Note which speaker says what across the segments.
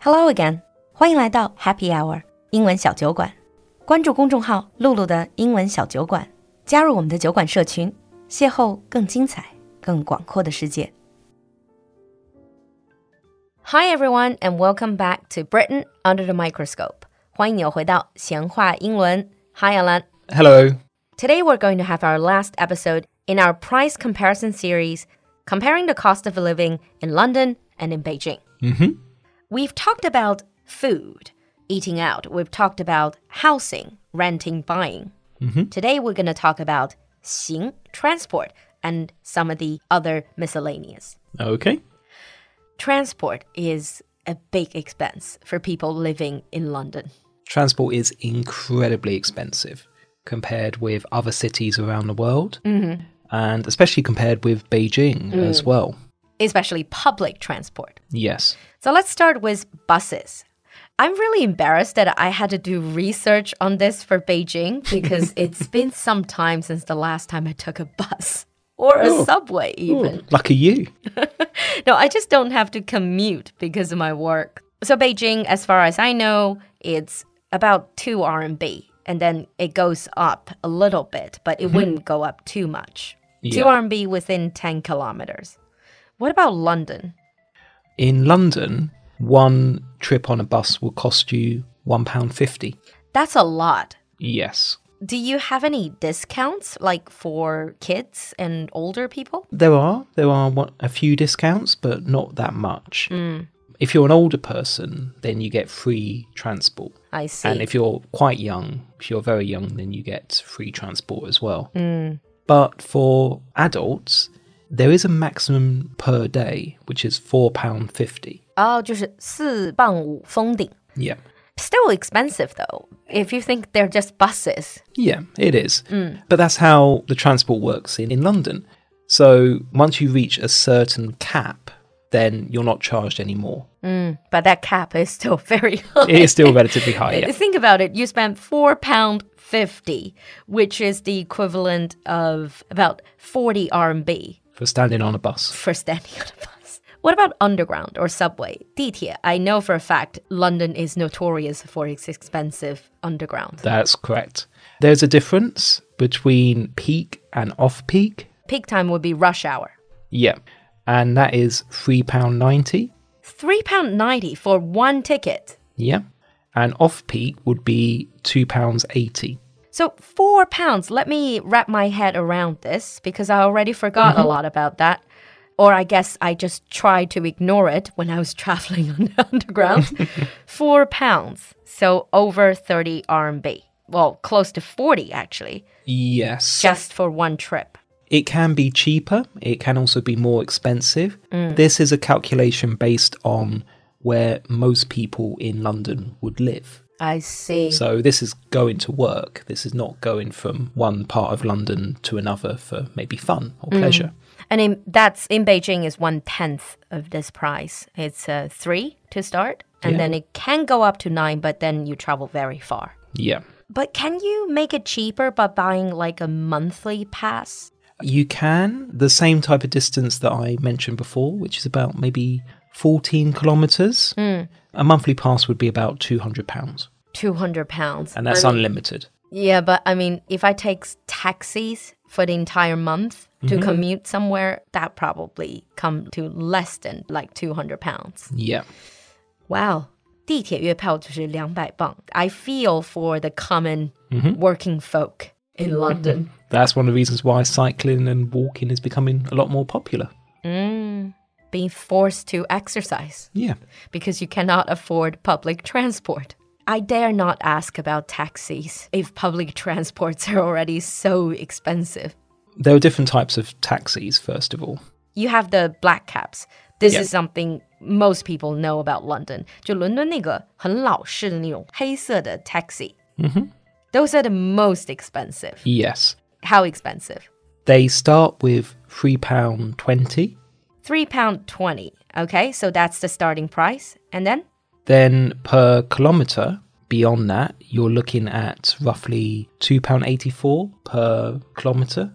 Speaker 1: Hello again，欢迎来到 Happy Hour 英文小酒馆。关注公众号“露露的英文小酒馆”，加入我们的酒馆社群，邂逅更精彩、更广阔的世界。Hi everyone and welcome back to Britain under the microscope。欢迎你又回到闲话英伦。Hi Alan。
Speaker 2: Hello.
Speaker 1: Today we're going to have our last episode in our price comparison series, comparing the cost of living in London and in Beijing.
Speaker 2: Mhm.
Speaker 1: We've talked about food, eating out. We've talked about housing, renting, buying. Today we're going to talk about 行, transport, and some of the other miscellaneous.
Speaker 2: Okay.
Speaker 1: Transport is a big expense for people living in London.
Speaker 2: Transport is incredibly expensive compared with other cities around the world, and especially compared with Beijing as well.
Speaker 1: Especially public transport.
Speaker 2: Yes.
Speaker 1: So let's start with buses. I'm really embarrassed that I had to do research on this for Beijing because it's been some time since the last time I took a bus or a
Speaker 2: Oh.
Speaker 1: subway, even.
Speaker 2: Lucky you.
Speaker 1: No, I just don't have to commute because of my work. So Beijing, as far as I know, it's about 2 RMB and then it goes up a little bit, but it wouldn't go up too much. 2
Speaker 2: Mm-hmm. Yeah.
Speaker 1: RMB within 10 kilometers. What about London?
Speaker 2: In London, one trip on a bus will cost you £1.50.
Speaker 1: That's a lot.
Speaker 2: Yes.
Speaker 1: Do you have any discounts like for kids and older people?
Speaker 2: There are there are one, a few discounts, but not that much. If you're an older person, then you get free transport.
Speaker 1: I see.
Speaker 2: And if you're quite young, if you're very young, then you get free transport as well. But for adults, there is a maximum per day, which is £4.50.
Speaker 1: Oh, 哦，就是四磅五封顶。
Speaker 2: Yeah.
Speaker 1: Still expensive though. If you think they're just buses,
Speaker 2: Yeah, it is. But that's how the transport works in, in London. So once you reach a certain cap, then you're not charged anymore.
Speaker 1: but that cap is still very low.
Speaker 2: It is still relatively high. Yeah.
Speaker 1: Think about it. You spend four pound fifty, which is the equivalent of about forty RMB
Speaker 2: For standing on a bus.
Speaker 1: for standing on a bus. What about underground or subway? 地铁. I know for a fact London is notorious for its expensive underground.
Speaker 2: That's correct. There's a difference between peak and off peak.
Speaker 1: Peak time would be rush hour.
Speaker 2: Yeah. And that is £3.90.
Speaker 1: Three pound ninety for one ticket.
Speaker 2: Yeah. And off peak would be £2.80.
Speaker 1: So four pounds. Let me wrap my head around this because I already forgot
Speaker 2: Mm-hmm.
Speaker 1: a lot about that. Or I guess I just tried to ignore it when I was traveling on the underground. four pounds. So over 30 RMB. Well, close to 40 actually,
Speaker 2: Yes.
Speaker 1: just for one trip.
Speaker 2: It can be cheaper, it can also be more expensive. This is a calculation based on where most people in London would live.
Speaker 1: I see.
Speaker 2: So this is going to work. This is not going from one part of London to another for maybe fun or pleasure.
Speaker 1: and in, that's in Beijing is one tenth of this price. It's uh, three to start, and
Speaker 2: Yeah.
Speaker 1: then it can go up to nine, but then you travel very far.
Speaker 2: Yeah.
Speaker 1: But can you make it cheaper by buying like a monthly pass?
Speaker 2: You can, the same type of distance that I mentioned before, which is about maybe 14 kilometres, a monthly pass would be about £200,
Speaker 1: 200 pounds.
Speaker 2: and that's unlimited.
Speaker 1: Yeah, but I mean, if I take s- taxis for the entire month to commute somewhere, that probably come to less than like 200 pounds.
Speaker 2: Yeah.
Speaker 1: Wow. 地铁月票就是200磅. I feel for the common working folk in London.
Speaker 2: That's one of the reasons why cycling and walking is becoming a lot more popular.
Speaker 1: Being forced to exercise.
Speaker 2: Yeah.
Speaker 1: because you cannot afford public transport. I dare not ask about taxis if public transports are already so expensive.
Speaker 2: There are different types of taxis, first of all.
Speaker 1: You have the black caps. This
Speaker 2: Yeah.
Speaker 1: is something most people know about London. 就伦敦那个很老式的那种黑色的 taxi. Those are the most expensive.
Speaker 2: Mm-hmm. Yes.
Speaker 1: How expensive?
Speaker 2: They start with £3.20,
Speaker 1: Three pound twenty. Okay, so that's the starting price. And then
Speaker 2: then per kilometre. Beyond that, you're looking at roughly £2.84 per kilometre.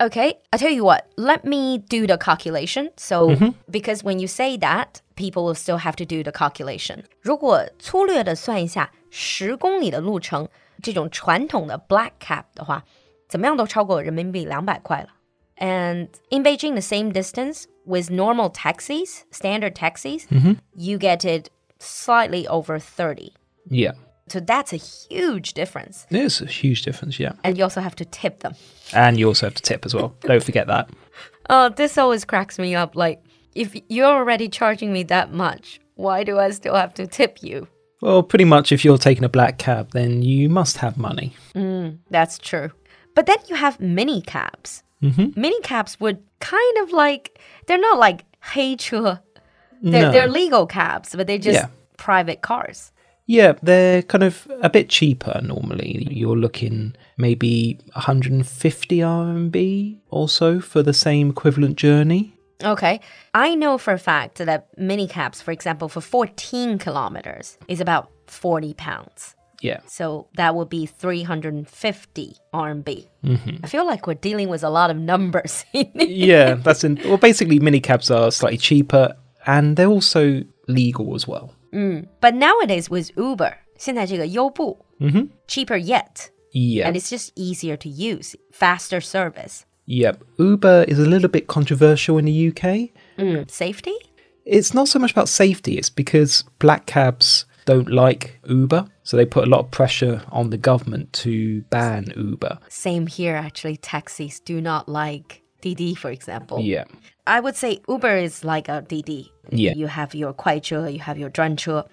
Speaker 1: Okay, I tell you what, let me do the calculation. So, because when you say that, people will still have to do the calculation. 如果粗略的算一下，十公里的路程，这种传统的 black cap 的话，怎么样都超过人民币两百块了。And in Beijing, the same distance with normal taxis, standard taxis, you get it slightly over 30.
Speaker 2: Yeah.
Speaker 1: So that's a huge difference.
Speaker 2: There's a huge difference, yeah.
Speaker 1: And you also have to tip them.
Speaker 2: And you also have to tip as well. Don't forget that.
Speaker 1: Oh, this always cracks me up. Like, if you're already charging me that much, why do I still have to tip you?
Speaker 2: Well, pretty much if you're taking a black cab, then you must have money.
Speaker 1: That's true. But then you have mini cabs. Mm-hmm. Mini cabs would kind of like, they're not like hey chua. They're,
Speaker 2: No.
Speaker 1: they're legal cabs, but they're just
Speaker 2: Yeah.
Speaker 1: private cars.
Speaker 2: Yeah, they're kind of a bit cheaper normally. You're looking maybe 150 RMB or so for the same equivalent journey.
Speaker 1: Okay. I know for a fact that mini cabs, for example, for 14 kilometers is about 40 pounds.
Speaker 2: Yeah.
Speaker 1: So that would be 350 RMB.
Speaker 2: Mm-hmm.
Speaker 1: I feel like we're dealing with a lot of numbers.
Speaker 2: Yeah, that's in. Well, basically, minicabs are slightly cheaper and they're also legal as well.
Speaker 1: but nowadays with Uber, 现在这个优步,
Speaker 2: Mm-hmm.
Speaker 1: cheaper yet.
Speaker 2: Yeah.
Speaker 1: And it's just easier to use, faster service.
Speaker 2: Yep. Uber is a little bit controversial in the UK.
Speaker 1: Mm, Safety?
Speaker 2: It's not so much about safety, it's because black cabs don't like Uber. So they put a lot of pressure on the government to ban Uber.
Speaker 1: Same here, actually. Taxis do not like DD, for example.
Speaker 2: Yeah.
Speaker 1: I would say Uber is like a DD.
Speaker 2: Yeah. Mm-hmm.
Speaker 1: You have your 快车, you have your 专车,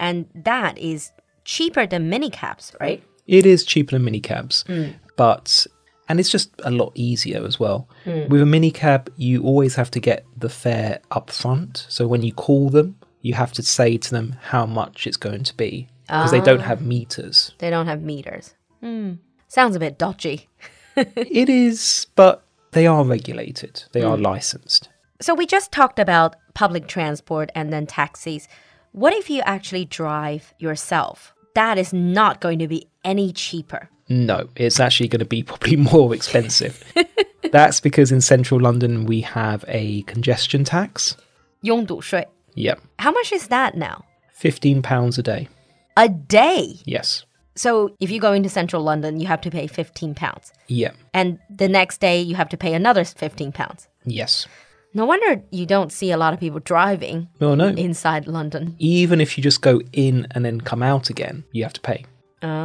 Speaker 1: and that is cheaper than minicabs, right?
Speaker 2: It is cheaper than minicabs, but and it's just a lot easier as well. With a minicab, you always have to get the fare up front. So when you call them, you have to say to them how much it's going to be because they don't have meters.
Speaker 1: They don't have meters. Hmm. Sounds a bit dodgy.
Speaker 2: it is, but they are regulated. They are licensed.
Speaker 1: So we just talked about public transport and then taxis. What if you actually drive yourself? That is not going to be any cheaper.
Speaker 2: No, it's actually going to be probably more expensive. That's because in central London we have a congestion tax.
Speaker 1: 拥堵税.
Speaker 2: Yep.
Speaker 1: How much is that now?
Speaker 2: £15 pounds a day.
Speaker 1: A day.
Speaker 2: Yes.
Speaker 1: So if you go into central London, you have to pay 15 pounds.
Speaker 2: Yep.
Speaker 1: And the next day, you have to pay another 15 pounds.
Speaker 2: Yes.
Speaker 1: No wonder you don't see a lot of people driving
Speaker 2: Oh no.
Speaker 1: inside London.
Speaker 2: Even if you just go in and then come out again, you have to pay.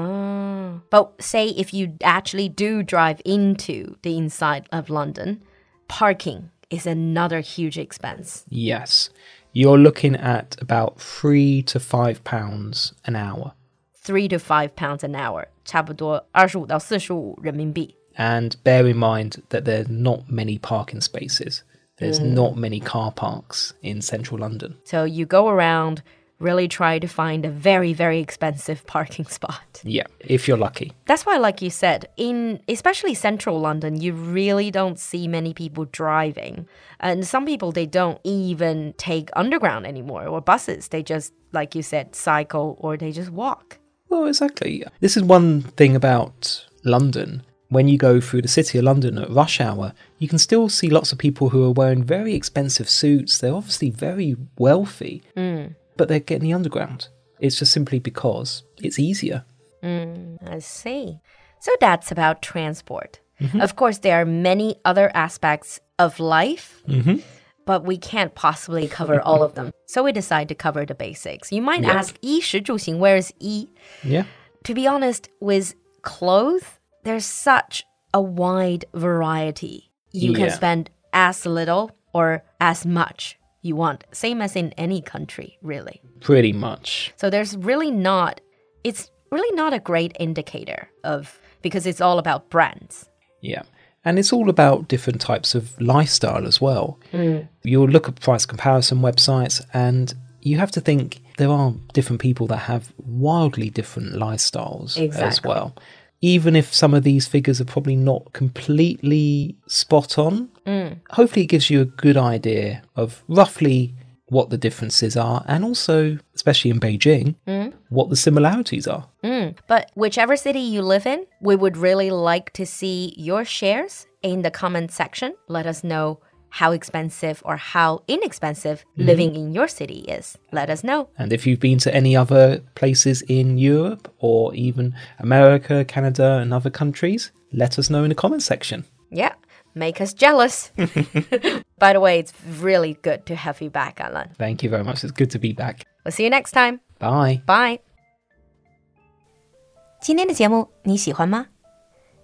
Speaker 1: Oh. But say if you actually do drive into the inside of London, parking is another huge expense.
Speaker 2: Yes. You're looking at about three to five pounds an hour.
Speaker 1: Three to five pounds an hour, 差不多25到45人民币.
Speaker 2: And bear in mind that there are not many parking spaces. There's not many car parks in central London.
Speaker 1: So you go around, really try to find a very, very expensive parking spot.
Speaker 2: Yeah, if you're lucky.
Speaker 1: That's why, like you said, in especially central London, you really don't see many people driving. And some people, they don't even take underground anymore or buses. They just, like you said, cycle or they just walk.
Speaker 2: Well, exactly. This is one thing about London. When you go through the city of London at rush hour, you can still see lots of people who are wearing very expensive suits. They're obviously very wealthy, but they're getting the underground. It's just simply because it's easier.
Speaker 1: I see. So that's about transport. Of course, there are many other aspects of life, but we can't possibly cover all of them. So we decide to cover the basics. You might ask, 衣食住行, where is 衣?
Speaker 2: Yeah.
Speaker 1: to be honest, with clothes, there's such a wide variety. You can
Speaker 2: Yeah.
Speaker 1: spend as little or as much you want, same as in any country, really.
Speaker 2: Pretty much.
Speaker 1: So there's really not, it's really not a great indicator of, because it's all about brands.
Speaker 2: Yeah. And it's all about different types of lifestyle as well. You'll look at price comparison websites and you have to think there are different people that have wildly different lifestyles as
Speaker 1: Exactly.
Speaker 2: well. Even if some of these figures are probably not completely spot on, hopefully it gives you a good idea of roughly what the differences are and also, especially in Beijing, what the similarities are.
Speaker 1: But whichever city you live in, we would really like to see your shares in the comment section. Let us know how expensive or how inexpensive living in your city is. Let us know.
Speaker 2: And if you've been to any other places in Europe or even America, Canada, and other countries, let us know in the comments section.
Speaker 1: Yeah, make us jealous. By the way, it's really good to have you back, Alan.
Speaker 2: Thank you very much. It's good to be back.
Speaker 1: We'll see you next time.
Speaker 2: Bye.
Speaker 1: Bye. 今天的节目你喜欢吗？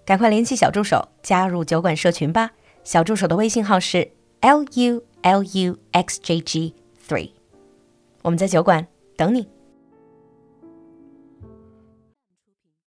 Speaker 1: 赶快联系小助手加入酒馆社群吧。小助手的微信号是 l u l u x j g three，我们在酒馆等你。